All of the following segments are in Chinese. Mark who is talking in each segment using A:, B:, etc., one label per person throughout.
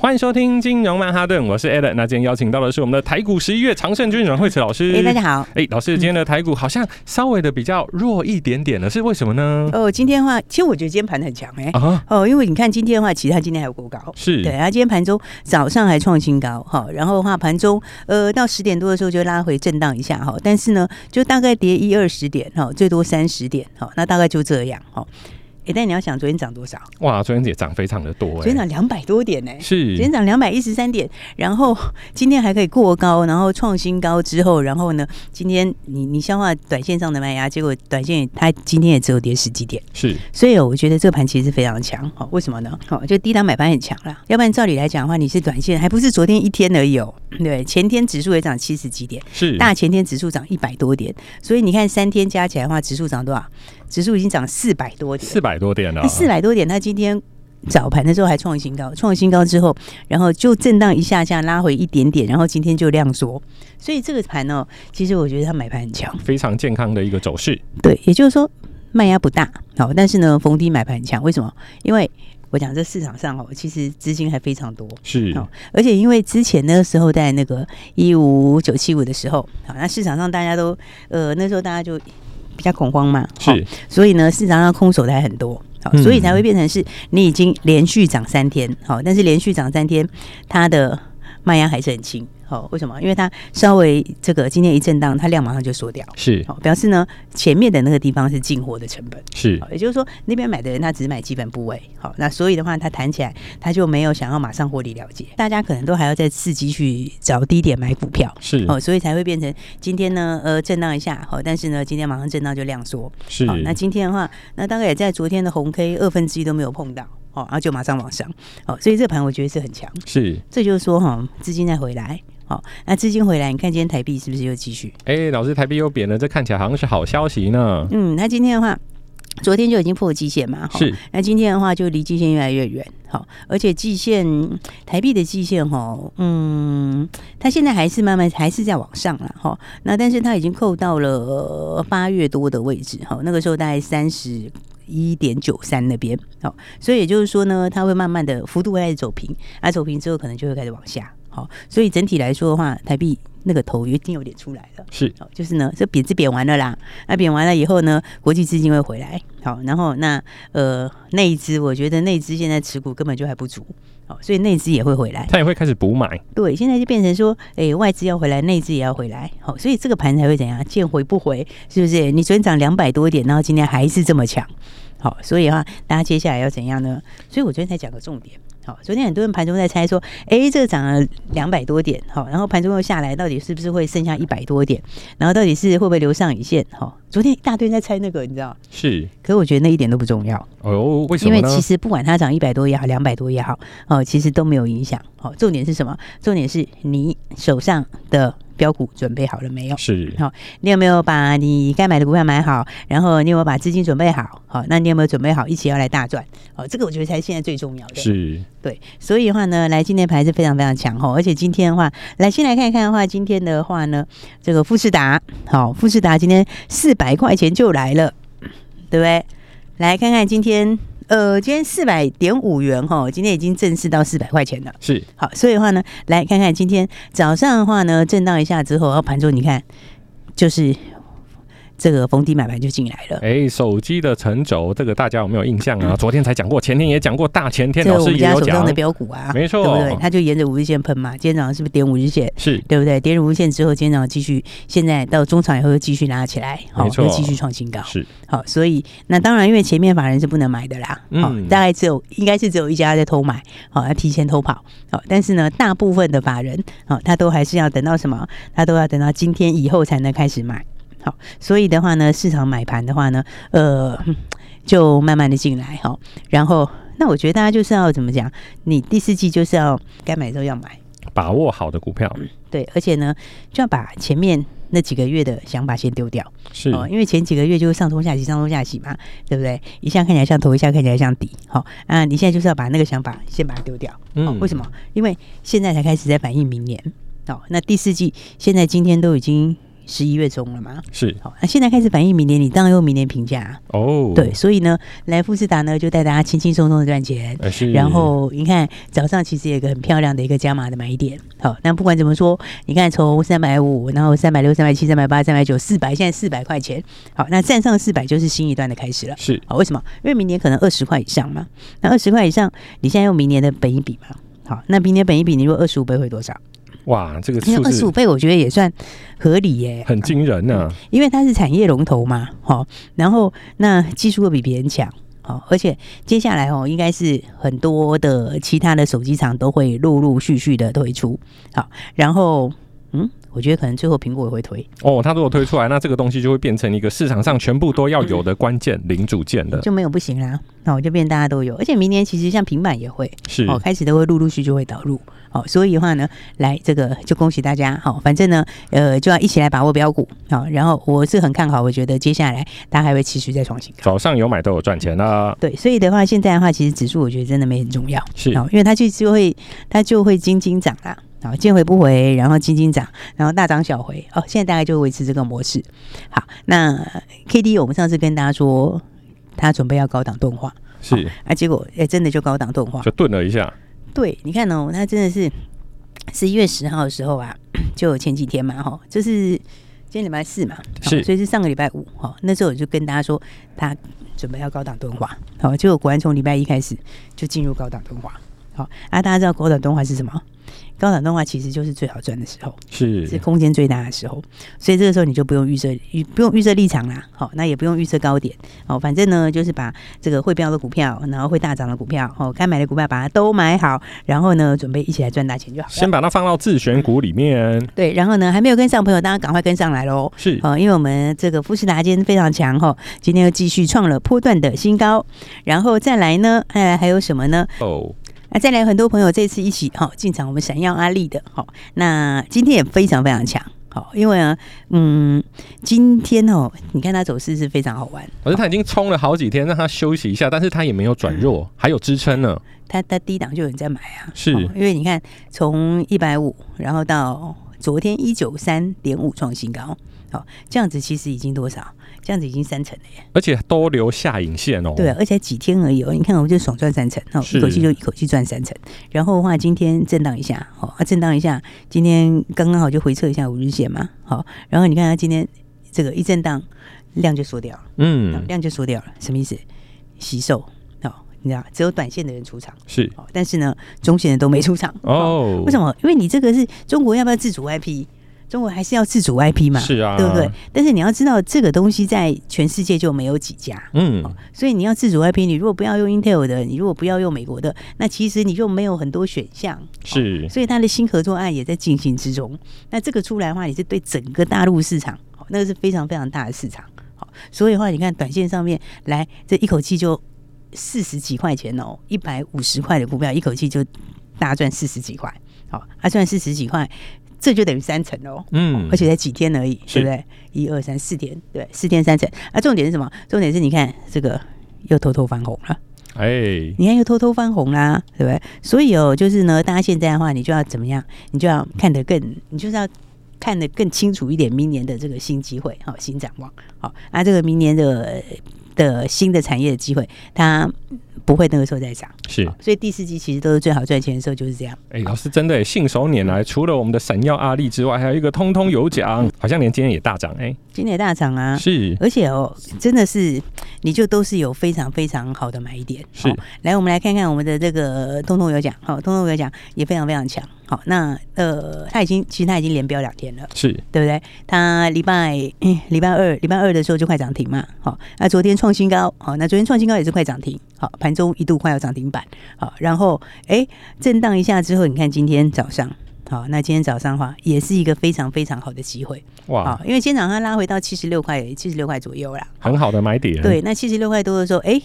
A: 欢迎收听《金融曼哈顿》，我是 Alan。那今天邀请到的是我们的台股十一月常胜军阮惠慈老师。
B: 哎、大家好。
A: 哎、老师，今天的台股好像稍微的比较弱一点点了，是为什么呢？
B: 哦，今天的话，其实我觉得今天盘得很强哎、
A: 啊，
B: 哦，因为你看今天的话，其实它今天还有过高，
A: 是
B: 对，啊它今天盘中早上还创新高哈、然后的话盘中呃到十点多的时候就拉回震荡一下哈、但是呢就大概跌一二十点哈、最多三十点哈、那大概就这样哈。哎、但你要想昨天涨多少？
A: 哇，昨天也涨非常的多、哎，
B: 昨天涨两百多点呢、
A: 是
B: 昨天涨两百一十三点，然后今天还可以过高，然后创新高之后，然后呢，今天你你消化短线上的卖压，结果短线也它今天也只有跌十几点，
A: 是
B: 所以哦我觉得这个盘其实非常强，哦，为什么呢？哦，就低档买盘很强啦，要不然照理来讲的话，你是短线，还不是昨天一天而已哦，对，前天指数也涨七十几点，
A: 是
B: 大前天指数涨一百多点，所以你看三天加起来的话，指数涨多少？指数已经涨四百多点，
A: 四百多点啊了
B: 那，哎四百多点，它今天早盘的时候还创新高，创新高之后，然后就震荡一下下拉回一点点，然后今天就量缩，所以这个盘呢、其实我觉得它买盘很强，
A: 非常健康的一个走势。
B: 对，也就是说卖压不大，好，但是呢逢低买盘很强，为什么？因为我讲这市场上哦，其实资金还非常多，
A: 是
B: 好，而且因为之前那个时候在那个一五九七五的时候，好，那市场上大家都呃那时候大家就比较恐慌嘛，好
A: 是，
B: 所以呢，市场上空手的还很多。好，
A: 嗯
B: 所以才会变成是你已经连续涨三天，好，但是连续涨三天，它的卖压还是很轻，好，为什么？因为它稍微这个今天一震荡，它量马上就缩掉，
A: 是
B: 好，哦表示呢前面的那个地方是进货的成本，
A: 是
B: 好，也就是说那边买的人他只买基本部位，好，那所以的话他谈起来他就没有想要马上获利了结，大家可能都还要再刺激去找低点买股票，
A: 是
B: 哦，所以才会变成今天呢，呃，震荡一下，好、但是呢，今天马上震荡就量缩，
A: 是
B: 好、那今天的话，那大概也在昨天的红 K 二分之一都没有碰到，哦，然后就马上往上，哦，所以这盘我觉得是很强，
A: 是。
B: 这就是说哈、资金再回来，好、那资金回来，你看今天台币是不是又继续？
A: 哎、老师，台币又贬了，这看起来好像是好消息呢。
B: 嗯，那今天的话。昨天就已经破季线嘛，哈
A: 是
B: 那今天的话就离季线越来越远，好，而且季线台币的季线哈，嗯，它现在还是慢慢还是在往上了哈，那但是它已经扣到了八月多的位置哈，那个时候大概三十。一点九三那边，好，所以也就是说呢，它会慢慢的幅度会开始走平，啊，走平之后可能就会开始往下，好，所以整体来说的话，台币那个头已经有点出来了，
A: 是
B: 好，就是呢，这贬值贬完了啦，那贬完了以后呢，国际资金会回来，好，然后那呃内资，我觉得内资现在持股根本就还不足，好，所以内资也会回来，
A: 它也会开始补买，
B: 对，现在就变成说，诶，外资要回来，内资也要回来，好，所以这个盘才会怎样，见回不回，是不是？你昨天涨两百多点，然后今天还是这么强，好，所以的话，大家接下来要怎样呢？所以我昨天才讲个重点。好，昨天很多人盘中在猜说，诶，这个涨了两百多点，好，然后盘中又下来，到底是不是会剩下一百多点？然后到底是会不会留上影线？哈、昨天一大堆人在猜那个，你知道？
A: 是
B: 可我觉得那一点都不重要，
A: 哦，为什
B: 因
A: 么
B: 为
A: 呢？
B: 其实不管它涨一百多也好，两百多也好，哦，其实都没有影响。哦，重点是什么？重点是你手上的标股准备好了没有？
A: 是
B: 你有没有把你该买的股票买好？然后你有没有把资金准备好？好、那你有没有准备好一起要来大赚？哦，这个我觉得才现在最重要的。
A: 是
B: 对，所以的话呢，来今天牌是非常非常强吼，而且今天的话，来先来看一看的话，今天的话呢，这个富士达，好、富士达今天四百块钱就来了，对不对？来看看今天，呃，今天四百点五元吼，今天已经正式到四百块钱了。
A: 是
B: 好，所以的话呢，来看看今天早上的话呢，震荡一下之后，然后盘中你看就是这个逢低买盘就进来了。
A: 哎，手机的成轴，这个大家有没有印象啊？昨天才讲过，前天也讲过，大前天
B: 这
A: 老
B: 嗯我
A: 师
B: 们
A: 也
B: 家
A: 有
B: 手上
A: 讲
B: 的，标股啊，
A: 没错
B: 对不对？它就沿着五日线喷嘛，今天早上是不是点五日线？
A: 是
B: 对不对？跌入无限之后，今天早上继续，现在到中场以后又继续拉起来，
A: 没错
B: 又继续创新高。
A: 是，
B: 好，所以那当然，因为前面法人是不能买的啦，
A: 嗯
B: 好、大概只有应该是只有一家在偷买，好、要提前偷跑，好、但是呢，大部分的法人，好、他都还是要等到什么？他都要等到今天以后才能开始买，好、所以的话呢，市场买盘的话呢，呃，就慢慢的进来，好、然后那我觉得大家就是要怎么讲，你第四季就是要该买的时候要买，
A: 把握好的股票
B: 对，而且呢，就要把前面那几个月的想法先丢掉。
A: 是
B: 哦，因为前几个月就是上冲下洗，上冲下洗嘛，对不对？一下看起来像头，一下看起来像底，好、啊，你现在就是要把那个想法先把它丢掉，哦
A: 嗯
B: 为什么？因为现在才开始在反映明年，哦，那第四季现在今天都已经十一月中了嘛，
A: 是
B: 好、那现在开始反映明年，你当然用明年评价、啊，
A: 哦，
B: 对，，所以呢，来富士达呢就带大家轻轻松松的赚钱。
A: 呃是，
B: 然后你看早上其实有一个很漂亮的一个加码的买点，好，那不管怎么说，你看从三百五，然后三百六、三百七、三百八、三百九、四百，现在四百块钱，好，那站上四百就是新一段的开始了。
A: 是
B: 好，为什么？因为明年可能二十块以上嘛，那二十块以上，你现在用明年的本一比嘛，好，那明年本一比，你如果二十五倍会多少？
A: 哇，这个
B: 因
A: 数
B: 为二十五嗯
A: 字
B: 倍我觉得也算合理耶、
A: 很惊人啊呐，
B: 因为它是产业龙头嘛，好、然后那技术又比别人强，好、而且接下来哦，应该是很多的其他的手机厂都会陆陆续续的推出，好，然后嗯，我觉得可能最后苹果也会推，
A: 哦，它如果推出来，那这个东西就会变成一个市场上全部都要有的关键零组件的，
B: 就没有不行啦，那我就变大家都有，而且明年其实像平板也会，
A: 是
B: 哦，开始都会陆陆续续会导入，哦，所以的话呢，来这个就恭喜大家，好、反正呢，呃，就要一起来把握标股，好、然后我是很看好，我觉得接下来大家还会持续再创新高。
A: 早上有买都有赚钱啦，
B: 对，所以的话，现在的话，其实指数我觉得真的没很重要，哦
A: 是
B: 好，因为它就就会它就会斤斤涨啦，好，见回不回，然后斤斤涨，然后大涨小回，哦，现在大概就维持这个模式。好，那 K D 我们上次跟大家说，他准备要高档钝化，
A: 是
B: 啊，结果哎、真的就高档钝化
A: 就，顿了一下，
B: 对，你看哦，他真的是十一月十号的时候啊，就有前几天嘛，哈，就是。今天礼拜四嘛，好
A: 是
B: 所以是上个礼拜五哈、哦。那时候我就跟大家说，他准备要高档钝化，好、结果果然从礼拜一开始就进入高档钝化，好、啊，大家知道高档钝化是什么？高档钝化其实就是最好赚的时候，是
A: 是
B: 空间最大的时候，所以这个时候你就不用预设预不用预设立场啦，好、那也不用预设高点，哦，反正呢就是把这个会飙的股票，然后会大涨的股票，哦，该买的股票把它都买好，然后呢准备一起来赚大钱就好
A: 先
B: 了。
A: 把它放到自选股里面，
B: 对，然后呢还没有跟上的朋友，大家赶快跟上来喽。
A: 是
B: 哦，因为我们这个富士达今天非常强哈、哦，今天又继续创了波段的新高，然后再来呢，再来还有什么呢？
A: 哦，
B: 那再来很多朋友这次一起哈、哦、进场，我们闪耀阿力的哈、哦，那今天也非常非常强。好，因为啊，嗯，今天哦，你看它走势是非常好玩，
A: 可是它已经冲了好几天，让它休息一下，但是它也没有转
B: 嗯
A: 弱，还有支撑呢，
B: 它它低档就有人在买啊，
A: 是
B: 哦因为你看从一百五，然后到昨天一九三点五创新高，好、这样子其实已经多少？这样子已经三成了耶，
A: 而且都留下影线哦，
B: 对、啊，而且几天而已哦，你看我就爽赚三成，哦，
A: 是
B: 一口气就一口气赚三成，然后的话今天震荡一下，哦，啊、震荡一下，今天刚刚好就回撤一下五日线嘛，好、然后你看它今天这个一震荡量就缩掉了，哦
A: 嗯，
B: 量就缩掉了，什么意思？吸售，哦，你知道只有短线的人出场。
A: 是
B: 哦，但是呢，中线的都没出场。
A: 哦，
B: 为什么？因为你这个是中国要不要自主 IP？中国还是要自主 IP 嘛，
A: 是啊
B: 对不对？但是你要知道，这个东西在全世界就没有几家，
A: 嗯，
B: 所以你要自主 IP，你如果不要用 Intel 的，你如果不要用美国的，那其实你就没有很多选项。
A: 是
B: 所以它的新合作案也在进行之中。那这个出来的话，也是对整个大陆市场，哦那个是非常非常大的市场。好，所以的话，你看短线上面来这一口气就四十几块钱哦，一百五十块的股票，一口气就大赚四十几块。好，它赚四十几块，这就等于三成哦。
A: 嗯
B: 而且才几天而已，
A: 是
B: 对不对？一二三四天，对，四天三成。啊，重点是什么？重点是你看这个又偷偷翻红了。
A: 哎，
B: 你看又偷偷翻红啦，对不对？所以哦，就是呢，大家现在的话，你就要怎么样？你就要看得更，你就是要看得更清楚一点，明年的这个新哦机会，好、新展望，好、啊，这个明年的的新的产业的机会，它不会那个时候再涨。
A: 是
B: 好，所以第四季其实都是最好赚钱的时候，就是这样。
A: 哎，老师真的耶信手拈来，除了我们的闪耀阿力之外，还有一个通通有
B: 嗯
A: 奖，好像连今天也大涨哎，
B: 今年大涨啊，
A: 是
B: 而且哦，真的是你就都是有非常非常好的买点。
A: 是
B: 好来我们来看看我们的这个通通有奖，好、通通有奖也非常非常强。好，那呃，它已经其实它已经连标两天了。
A: 是
B: 对不对？它礼拜嗯礼拜二礼拜二的时候就快涨停嘛，好、那昨天创新高，好、那昨天创新高也是快涨停，好、盘中一度快要涨停板，好、然后哎震荡一下之后，你看今天早上，好、那今天早上的话也是一个非常非常好的机会，好、
A: 哇，
B: 哦因为今天早上拉回到七十六块七十六块左右啦，
A: 很好的买点，
B: 对，，那七十六块多的时候，哎，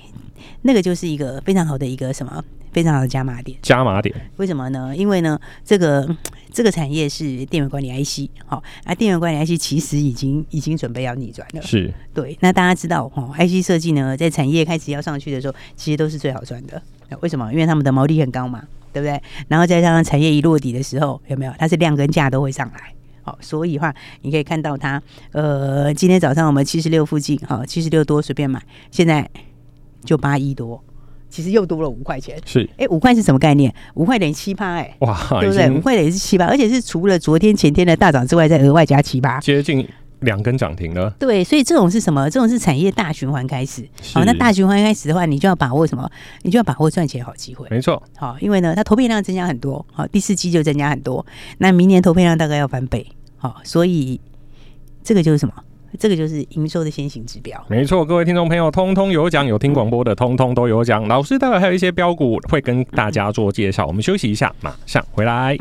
B: 那个就是一个非常好的一个什么非常好的加码点。
A: 加码点
B: 为什么呢？因为呢，这个嗯这个产业是电源管理 IC，好、啊，电源管理 IC 其实已经已经准备要逆转了。
A: 是
B: 对，那大家知道哦，IC 设计呢，在产业开始要上去的时候，其实都是最好赚的。呃为什么？因为他们的毛利很高嘛，对不对？然后再加上产业一落底的时候，有没有？它是量跟价都会上来。好、所以的话，你可以看到它，呃，今天早上我们七十六附近，好、7七十六多随便买，现在就八一多，其实又多了五块钱。
A: 是，
B: 哎，五块是什么概念？五块等于七趴，哎、
A: 哇，
B: 对
A: 啊已
B: 不对？五
A: 经
B: 块等于是七趴，而且是除了昨天、前天的大涨之外，再额外加七趴。
A: 接近两根涨停了，
B: 对，所以这种是什么？这种是产业大循环开始。
A: 是
B: 好，那大循环开始的话，你就要把握什么？你就要把握赚钱好机会。
A: 没错，
B: 好，因为呢，它投片量增加很多，好，第四季就增加很多，那明年投片量大概要翻倍。好，所以这个就是什么？这个就是营收的先行指标。
A: 没错，各位听众朋友，通通有奖，有听广播的通通都有奖。老师待会还有一些标股会跟大家做介绍，我们休息一下，马上回来。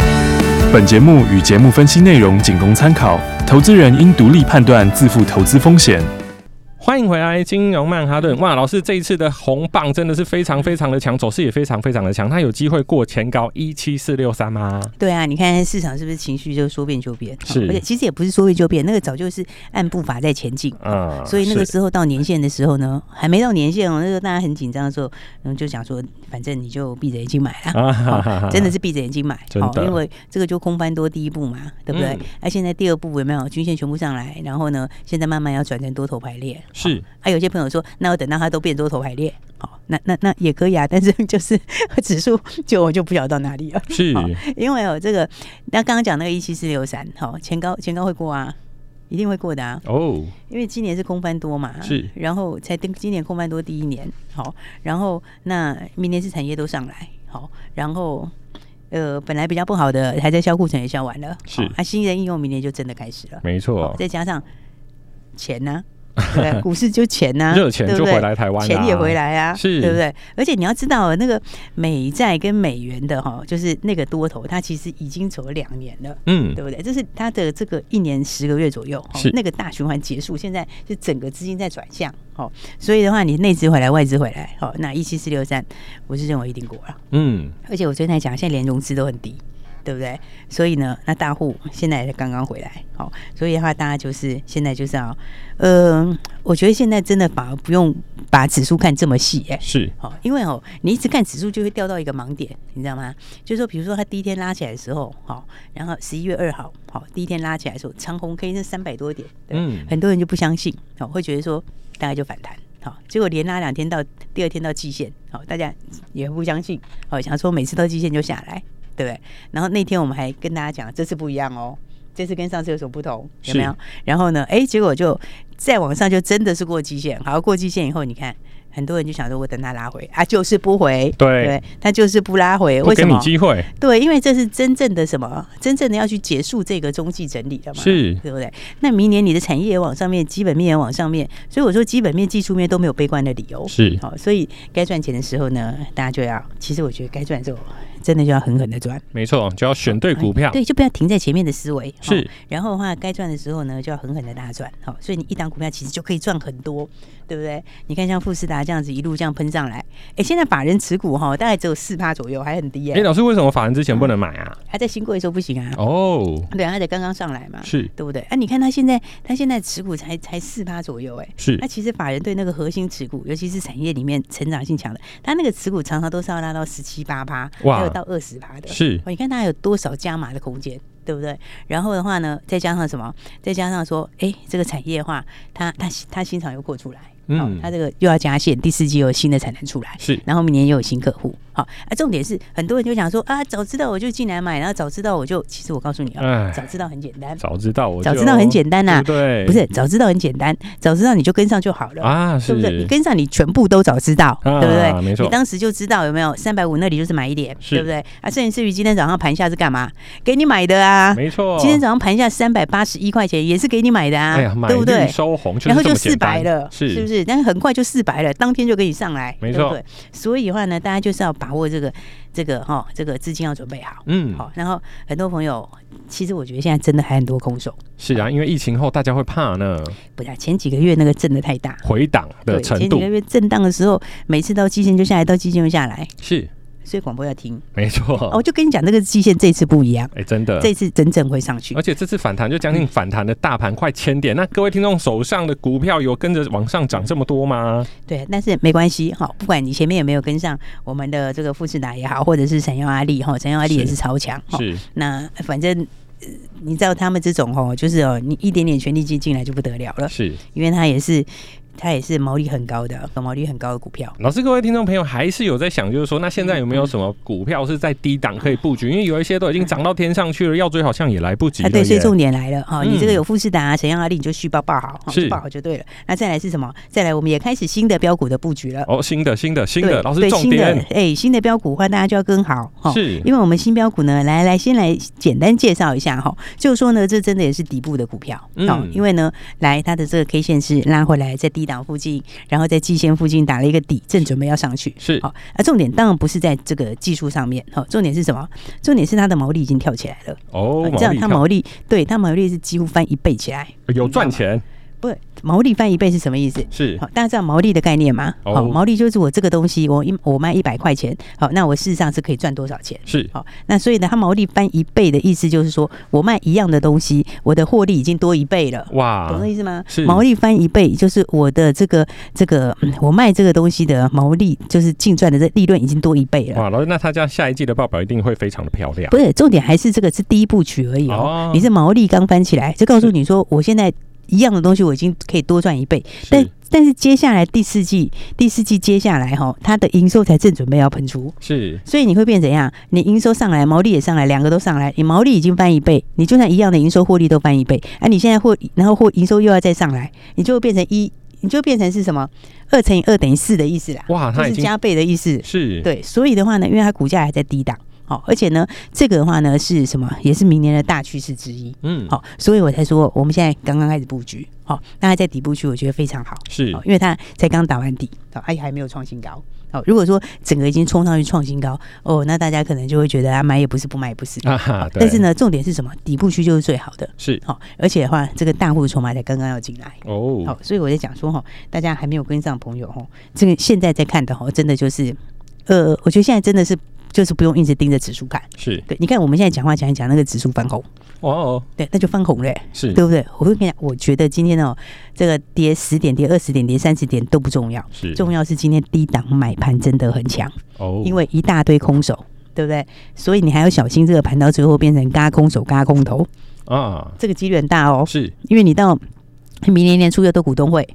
C: 本节目与节目分析内容仅供参考，投资人应独立判断，自负投资风险。
A: 欢迎回来，金融曼哈顿。哇，老师这一次的红棒真的是非常非常的强，走势也非常非常的强，它有机会过前高一七四六三吗？
B: 对啊，你看市场是不是情绪就说变就变？
A: 是
B: 好而且其实也不是说变就变，那个早就是按步伐在前进。
A: 嗯，
B: 所以那个
A: 是
B: 时候到年限的时候呢，还没到年限哦，那时候大家很紧张的时候，嗯，就想说，反正你就闭着眼睛买啦。
A: 啊哈哈哈
B: 好真的是闭着眼睛买，哦
A: 真的
B: 因为这个就空翻多第一步嘛，对不对
A: 嗯？
B: 那、现在第二步有没有均线全部上来？然后呢，现在慢慢要转成多头排列。
A: 是
B: 还、有些朋友说，那我等到它都变多头排列，好、那那那也可以啊，但是就是 指数就我就不晓得到哪里了，
A: 是
B: 好因为哦这个，那刚刚讲那个一七四六三，好，前高前高会过啊，一定会过的啊，
A: 哦，
B: 因为今年是空翻多嘛，
A: 是
B: 然后才定今年空翻多第一年，好，然后那明年是产业都上来，好，然后呃本来比较不好的还在销库存也销完了，
A: 是哦
B: 好啊，新人应用明年就真的开始了，
A: 没错，
B: 再加上钱呢、对 不对股市就钱呐、
A: 热钱
B: 对
A: 就
B: 啊不对
A: 回来台湾啦，
B: 钱也回来啊，
A: 是
B: 对不对？而且你要知道，那个美债跟美元的哈，就是那个多头，它其实已经走了两年了。
A: 嗯，
B: 对不对？这是它的这个一年十个月左右，哦
A: 是
B: 那个大循环结束，现在是整个资金在转向，哦，所以的话，你内资回来，外资回来，哦，那一七四六三，我是认为一定过了。
A: 嗯，
B: 而且我昨天才讲，现在连融资都很低，对不对？所以呢，那大户现在才刚刚回来，好、所以的话，大家就是现在就是要，呃，我觉得现在真的反而不用把指数看这么细、哎。
A: 是
B: 哦，因为哦，你一直看指数就会掉到一个盲点，你知道吗？就是说，比如说它第一天拉起来的时候，好、然后十一月二号，好、第一天拉起来的时候，长虹 K 是三百多点，对，
A: 嗯
B: 很多人就不相信，好、会觉得说大概就反弹，好、结果连拉两天到第二天到季线，好、大家也不相信，好、想说每次到季线就下来，对不对？然后那天我们还跟大家讲，这次不一样哦。这次跟上次有什么不同？有没有
A: 是？
B: 然后呢？哎，结果就再往上就真的是过季线。好，过季线以后，你看很多人就想说，我等它拉回啊，就是不回，
A: 对
B: 它就是不拉回，
A: 不
B: 为
A: 给
B: 什
A: 你
B: 么？
A: 机会，
B: 对，因为这是真正的什么？真正的要去结束这个中继整理了嘛？
A: 是
B: 对不对？那明年你的产业也往上面，基本面也往上面，所以我说基本面、技术面都没有悲观的理由。
A: 是
B: 好、所以该赚钱的时候呢，大家就要，其实我觉得该赚的时候，真的就要狠狠的赚。
A: 没错，就要选对股票，
B: 对，就不要停在前面的思维。
A: 是
B: 哦然后的话，该赚的时候呢，就要狠狠的大赚。好、所以你一档股票其实就可以赚很多，对不对？你看像富士达这样子一路这样喷上来，哎，现在法人持股哈、大概只有四趴左右，还很低耶、
A: 哎，老师为什么法人之前不能买啊？
B: 还在新贵的时候不行啊，
A: 哦，
B: 对啊，它才刚刚上来嘛，
A: 是
B: 对不对？啊，你看它现在，它现在持股才才四趴左右，哎。
A: 是
B: 那其实法人对那个核心持股，尤其是产业里面成长性强的，它那个持股常常都是要拉到十七八趴，
A: 哇
B: 还有到二十趴的。
A: 是
B: 哦，你看它有多少加码的空间，对不对？然后的话呢，再加上什么？再加上说，哎，这个产业化，它它它新厂又过出来，好、它这个又要加线，第四季又有新的产能出来，
A: 嗯是
B: 然后明年又有新客户，好、啊，重点是很多人就想说啊，早知道我就进来买，然后早知道我就，其实我告诉你啊、
A: 哎
B: 早知道很简单，
A: 早知道我
B: 早知道很简单
A: 单
B: 呐、
A: 对
B: 不是早知道很简单，早知道你就跟上就好了。
A: 啊，
B: 对
A: 是
B: 不对？你跟上，你全部都早知道，
A: 啊
B: 对不对？
A: 没错
B: 你当时就知道有没有三百五那里就是买一点，
A: 是
B: 对不对？啊，甚至于今天早上盘下是干嘛？给你买的啊！
A: 没错，
B: 今天早上盘下三百八十一块钱也是给你买的啊，
A: 哎呀，买
B: 对不对
A: 绿？收红，
B: 然
A: 是这
B: 后就
A: 么
B: 四
A: 简单
B: 百了，
A: 是
B: 不是？但是很快就四百了，当天就给你上来，
A: 没
B: 对不
A: 错
B: 对？所以的话呢，大家就是要把握这个这个哈、这个资金要准备好。
A: 嗯，
B: 好，然后很多朋友，其实我觉得现在真的还很多空手，
A: 是啊，因为疫情后大家会怕呢，
B: 不是前几个月那个震的太大，
A: 回档的
B: 前
A: 程
B: 几
A: 度
B: 个月震荡的时候，每次到基线就下来，到基线就下来，
A: 是
B: 所以广播要听。
A: 没错，
B: 哦，我就跟你讲，这个基线这次不一样，
A: 哎，真的，
B: 这嗯次整整会上去
A: 而。且这次反弹就将近反弹的大盘快千点，那各位听众手上的股票有跟着往上涨这么多吗？
B: 对，但是没关系哈，不管你前面有没有跟上我们的这个富士达也好，或者是闪耀阿力哈，闪耀阿力也
A: 是
B: 是超强哈。
A: 是
B: 那反正。呃你知道他们这种哦，就是哦，你一点点权利金进来就不得了了，
A: 是，
B: 因为它也是它也是毛利很高的，毛利很高的股票。
A: 老师，各位听众朋友还是有在想，就是说，那现在有没
B: 嗯
A: 有什么股票是在低档可以布局？因为有一些都已经涨到天上去了，要追好像也来不及了
B: 啊，
A: 耶。
B: 对，所以重点来了哈、你这个
A: 嗯
B: 有富士达、沈阳啊阿力，你就续报报好，哦
A: 是
B: 就报好就对了。那再来是什么？再来，我们也开始新的标股的布局了。
A: 哦，新的新的新的，
B: 对
A: 老师
B: 对
A: 重
B: 新的
A: 点
B: 哎，新的标股的话，大家就要跟好哈。
A: 是
B: 因为我们新标股呢，来来，先来简单介绍一下哈，就是说呢，这真的也是底部的股票
A: 嗯
B: 哦，因为呢，来它的这个 K 线是拉回来，在低档附近，然后在季线附近打了一个底，正准备要上去。
A: 是
B: 好、啊，重点当然不是在这个技术上面，好、重点是什么？重点是它的毛利已经跳起来了，
A: 哦，
B: 你
A: 毛
B: 知
A: 利
B: 道啊
A: 跳
B: 它毛利，对它毛利是几乎翻一倍起来，
A: 有赚钱
B: 不，毛利翻一倍是什么意思？
A: 是
B: 好，大家知道毛利的概念吗？
A: 哦
B: 好，毛利就是我这个东西，我一我卖一百块钱，好，那我事实上是可以赚多少钱？
A: 是
B: 好，那所以呢，它毛利翻一倍的意思就是说，我卖一样的东西，我的获利已经多一倍了，懂
A: 哇
B: 这，意思吗？
A: 啊是
B: 毛利翻一倍，就是我的这个这个，嗯我卖这个东西的毛利，就是净赚的这利润已经多一倍了。
A: 哇，老师，那他家下一季的报表一定会非常的漂亮
B: 不是，重点还是这个是第一部曲而已
A: 哦
B: 哦。你是毛利刚翻起来，就告诉你说，我现在一样的东西，我已经可以多赚一倍。但
A: 是
B: 但是接下来第四季，第四季接下来哈，它的营收才正准备要喷出，
A: 是
B: 所以你会变怎样？你营收上来，毛利也上来，两个都上来，你毛利已经翻一倍，你就算一样的营收获利都翻一倍，啊，你现在获然后获营收又要再上来，你就会变成一，你就变成是什么？二乘以二等于四的意思啦，
A: 哇，
B: 就
A: 他
B: 是
A: 已经
B: 加倍的意思。
A: 是
B: 对，所以的话呢，因为它股价还在低档，好、而且呢，这个的话呢是什么？也是明年的大趋势之一。
A: 嗯
B: 好、所以我才说我们现在刚刚开始布局，好、那它在底部区，我觉得非常好。
A: 是
B: 哦，因为它才刚打完底，哦，而且还没有创新高。哦，如果说整个已经冲上去创新高，哦，那大家可能就会觉得啊，买也不是，不买也不是。
A: 啊哈，对
B: 但是呢，重点是什么？底部区就是最好的。
A: 是
B: 好、而且的话，这个大户的筹码才刚刚要进来。好、
A: 哦
B: 所以我在讲说哈、哦，大家还没有跟上朋友哈、哦，这个现在在看的哈、哦，真的就是，呃，我觉得现在真的是就是不用一直盯着指数看。
A: 是
B: 对，你看我们现在讲话讲一讲，那个指数翻红，
A: 哦嗯
B: 对，那就翻红了、
A: 是
B: 对不对？我会跟你讲，我觉得今天哦，这个跌十点、跌二十点、跌三十点都不重要，
A: 是
B: 重要是今天低档买盘真的很强，
A: 哦，
B: 因为一大堆空手，对不对？所以你还要小心这个盘到最后变成嘎空手、嘎空头，
A: 啊
B: 这个几率很大哦，
A: 是
B: 因为你到明年年初又都股东会。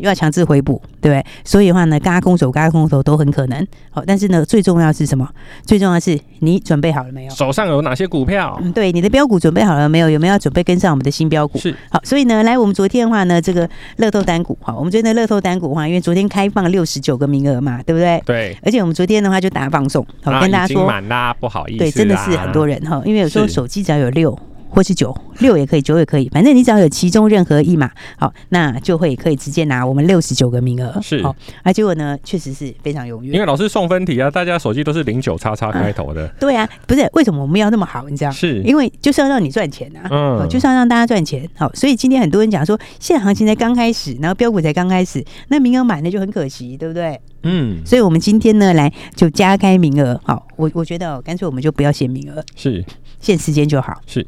B: 又要强制回补，对不对？所以的话呢，嘎空手、嘎空头都很可能。好、但是呢，最重要是什么？最重要是你准备好了没有？
A: 手上有哪些股票
B: 嗯，对，你的标股准备好了没有？有没有要准备跟上我们的新标股？
A: 是
B: 好，所以呢，来我们昨天的话呢，这个乐透单股哈，我们昨天的乐透单股哈，因为昨天开放六十九个名额嘛，对不对？
A: 对，
B: 而且我们昨天的话就打放送，好、
A: 啊
B: 跟
A: 已
B: 大家
A: 经
B: 说，
A: 满啦，不好意思，
B: 对，真的是很多
A: 人，
B: 人哈，因为有时候
A: 是
B: 手机只要有六。或是九六也可以，九也可以，反正你只要有其中任何一码，好，那就会可以直接拿我们六十九个名额，
A: 是
B: 好，啊，结果呢，确实是非常踊跃
A: 因，为老师送分题啊，大家手机都是零九叉叉开头的，
B: 对啊，不是为什么我们要那么好？你知道，
A: 是
B: 啊因为就是要让你赚钱啊，
A: 嗯
B: 哦就是要让大家赚钱。好，所以今天很多人讲说，现在行情才刚开始，然后标股才刚开始，那名额满了就很可惜，对不对？
A: 嗯，
B: 所以我们今天呢，来就加开名额。好，我我觉得、哦、干脆我们就不要限名额，
A: 是
B: 限时间就好。
A: 是，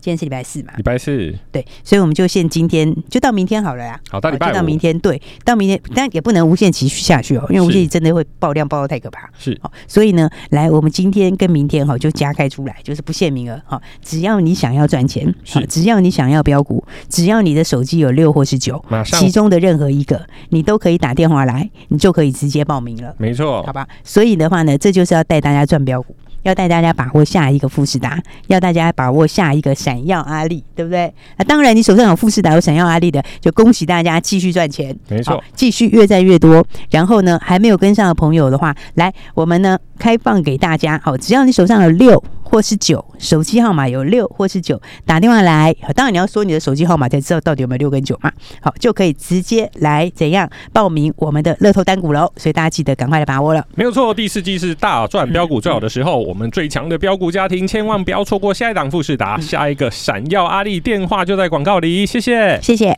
B: 今天是礼拜四嘛，
A: 礼拜四，
B: 对，所以我们就限今天，就到明天好了啦。
A: 好，到礼
B: 哦
A: 拜
B: 就到
A: 五
B: 明天，对，到明天，但也不能无限期下去哦，因为无限期真的会爆量爆到太可怕。
A: 是
B: 好，所以呢，来，我们今天跟明天哈、哦就加开出来，就是不限名额哈、只要你想要赚钱，
A: 是
B: 好只要你想要标股，只要你的手机有六或是九，
A: 马上
B: 其中的任何一个，你都可以打电话来，你就可以直接报名了，
A: 没错
B: 好，吧？所以的话呢，这就是要带大家赚标股。要带大家把握下一个富士达，要大家把握下一个闪耀阿力，对不对？啊，当然，你手上有富士达、有闪耀阿力的，就恭喜大家继续赚钱。
A: 没
B: 好
A: 错，，
B: 继续越赚越多。然后呢，还没有跟上的朋友的话，来，我们呢开放给大家，好，只要你手上有六或是九，手机号码有六或是九，打电话来，好当然你要说你的手机号码才知道到底有没有六跟九嘛，好，就可以直接来怎样报名我们的乐透单股喽。所以大家记得赶快来把握了。
A: 没有错。第四季是大
B: 嗯
A: 赚标股最好的时候，我们最强的标股家庭，千万不要错过下一档富士
B: 嗯
A: 达，下一个闪耀阿力，电话就在广告里，谢谢。
B: 谢谢。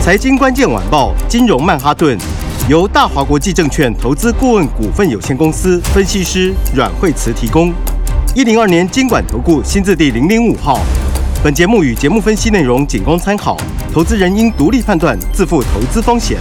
D: 财经关键晚报，金融曼哈顿，由大华国际证券投资顾问股份有限公司分析师阮惠慈提供。一零二年经管投顾新字第零零五号。本节目与节目分析内容仅供参考，投资人应独立判断，自负投资风险。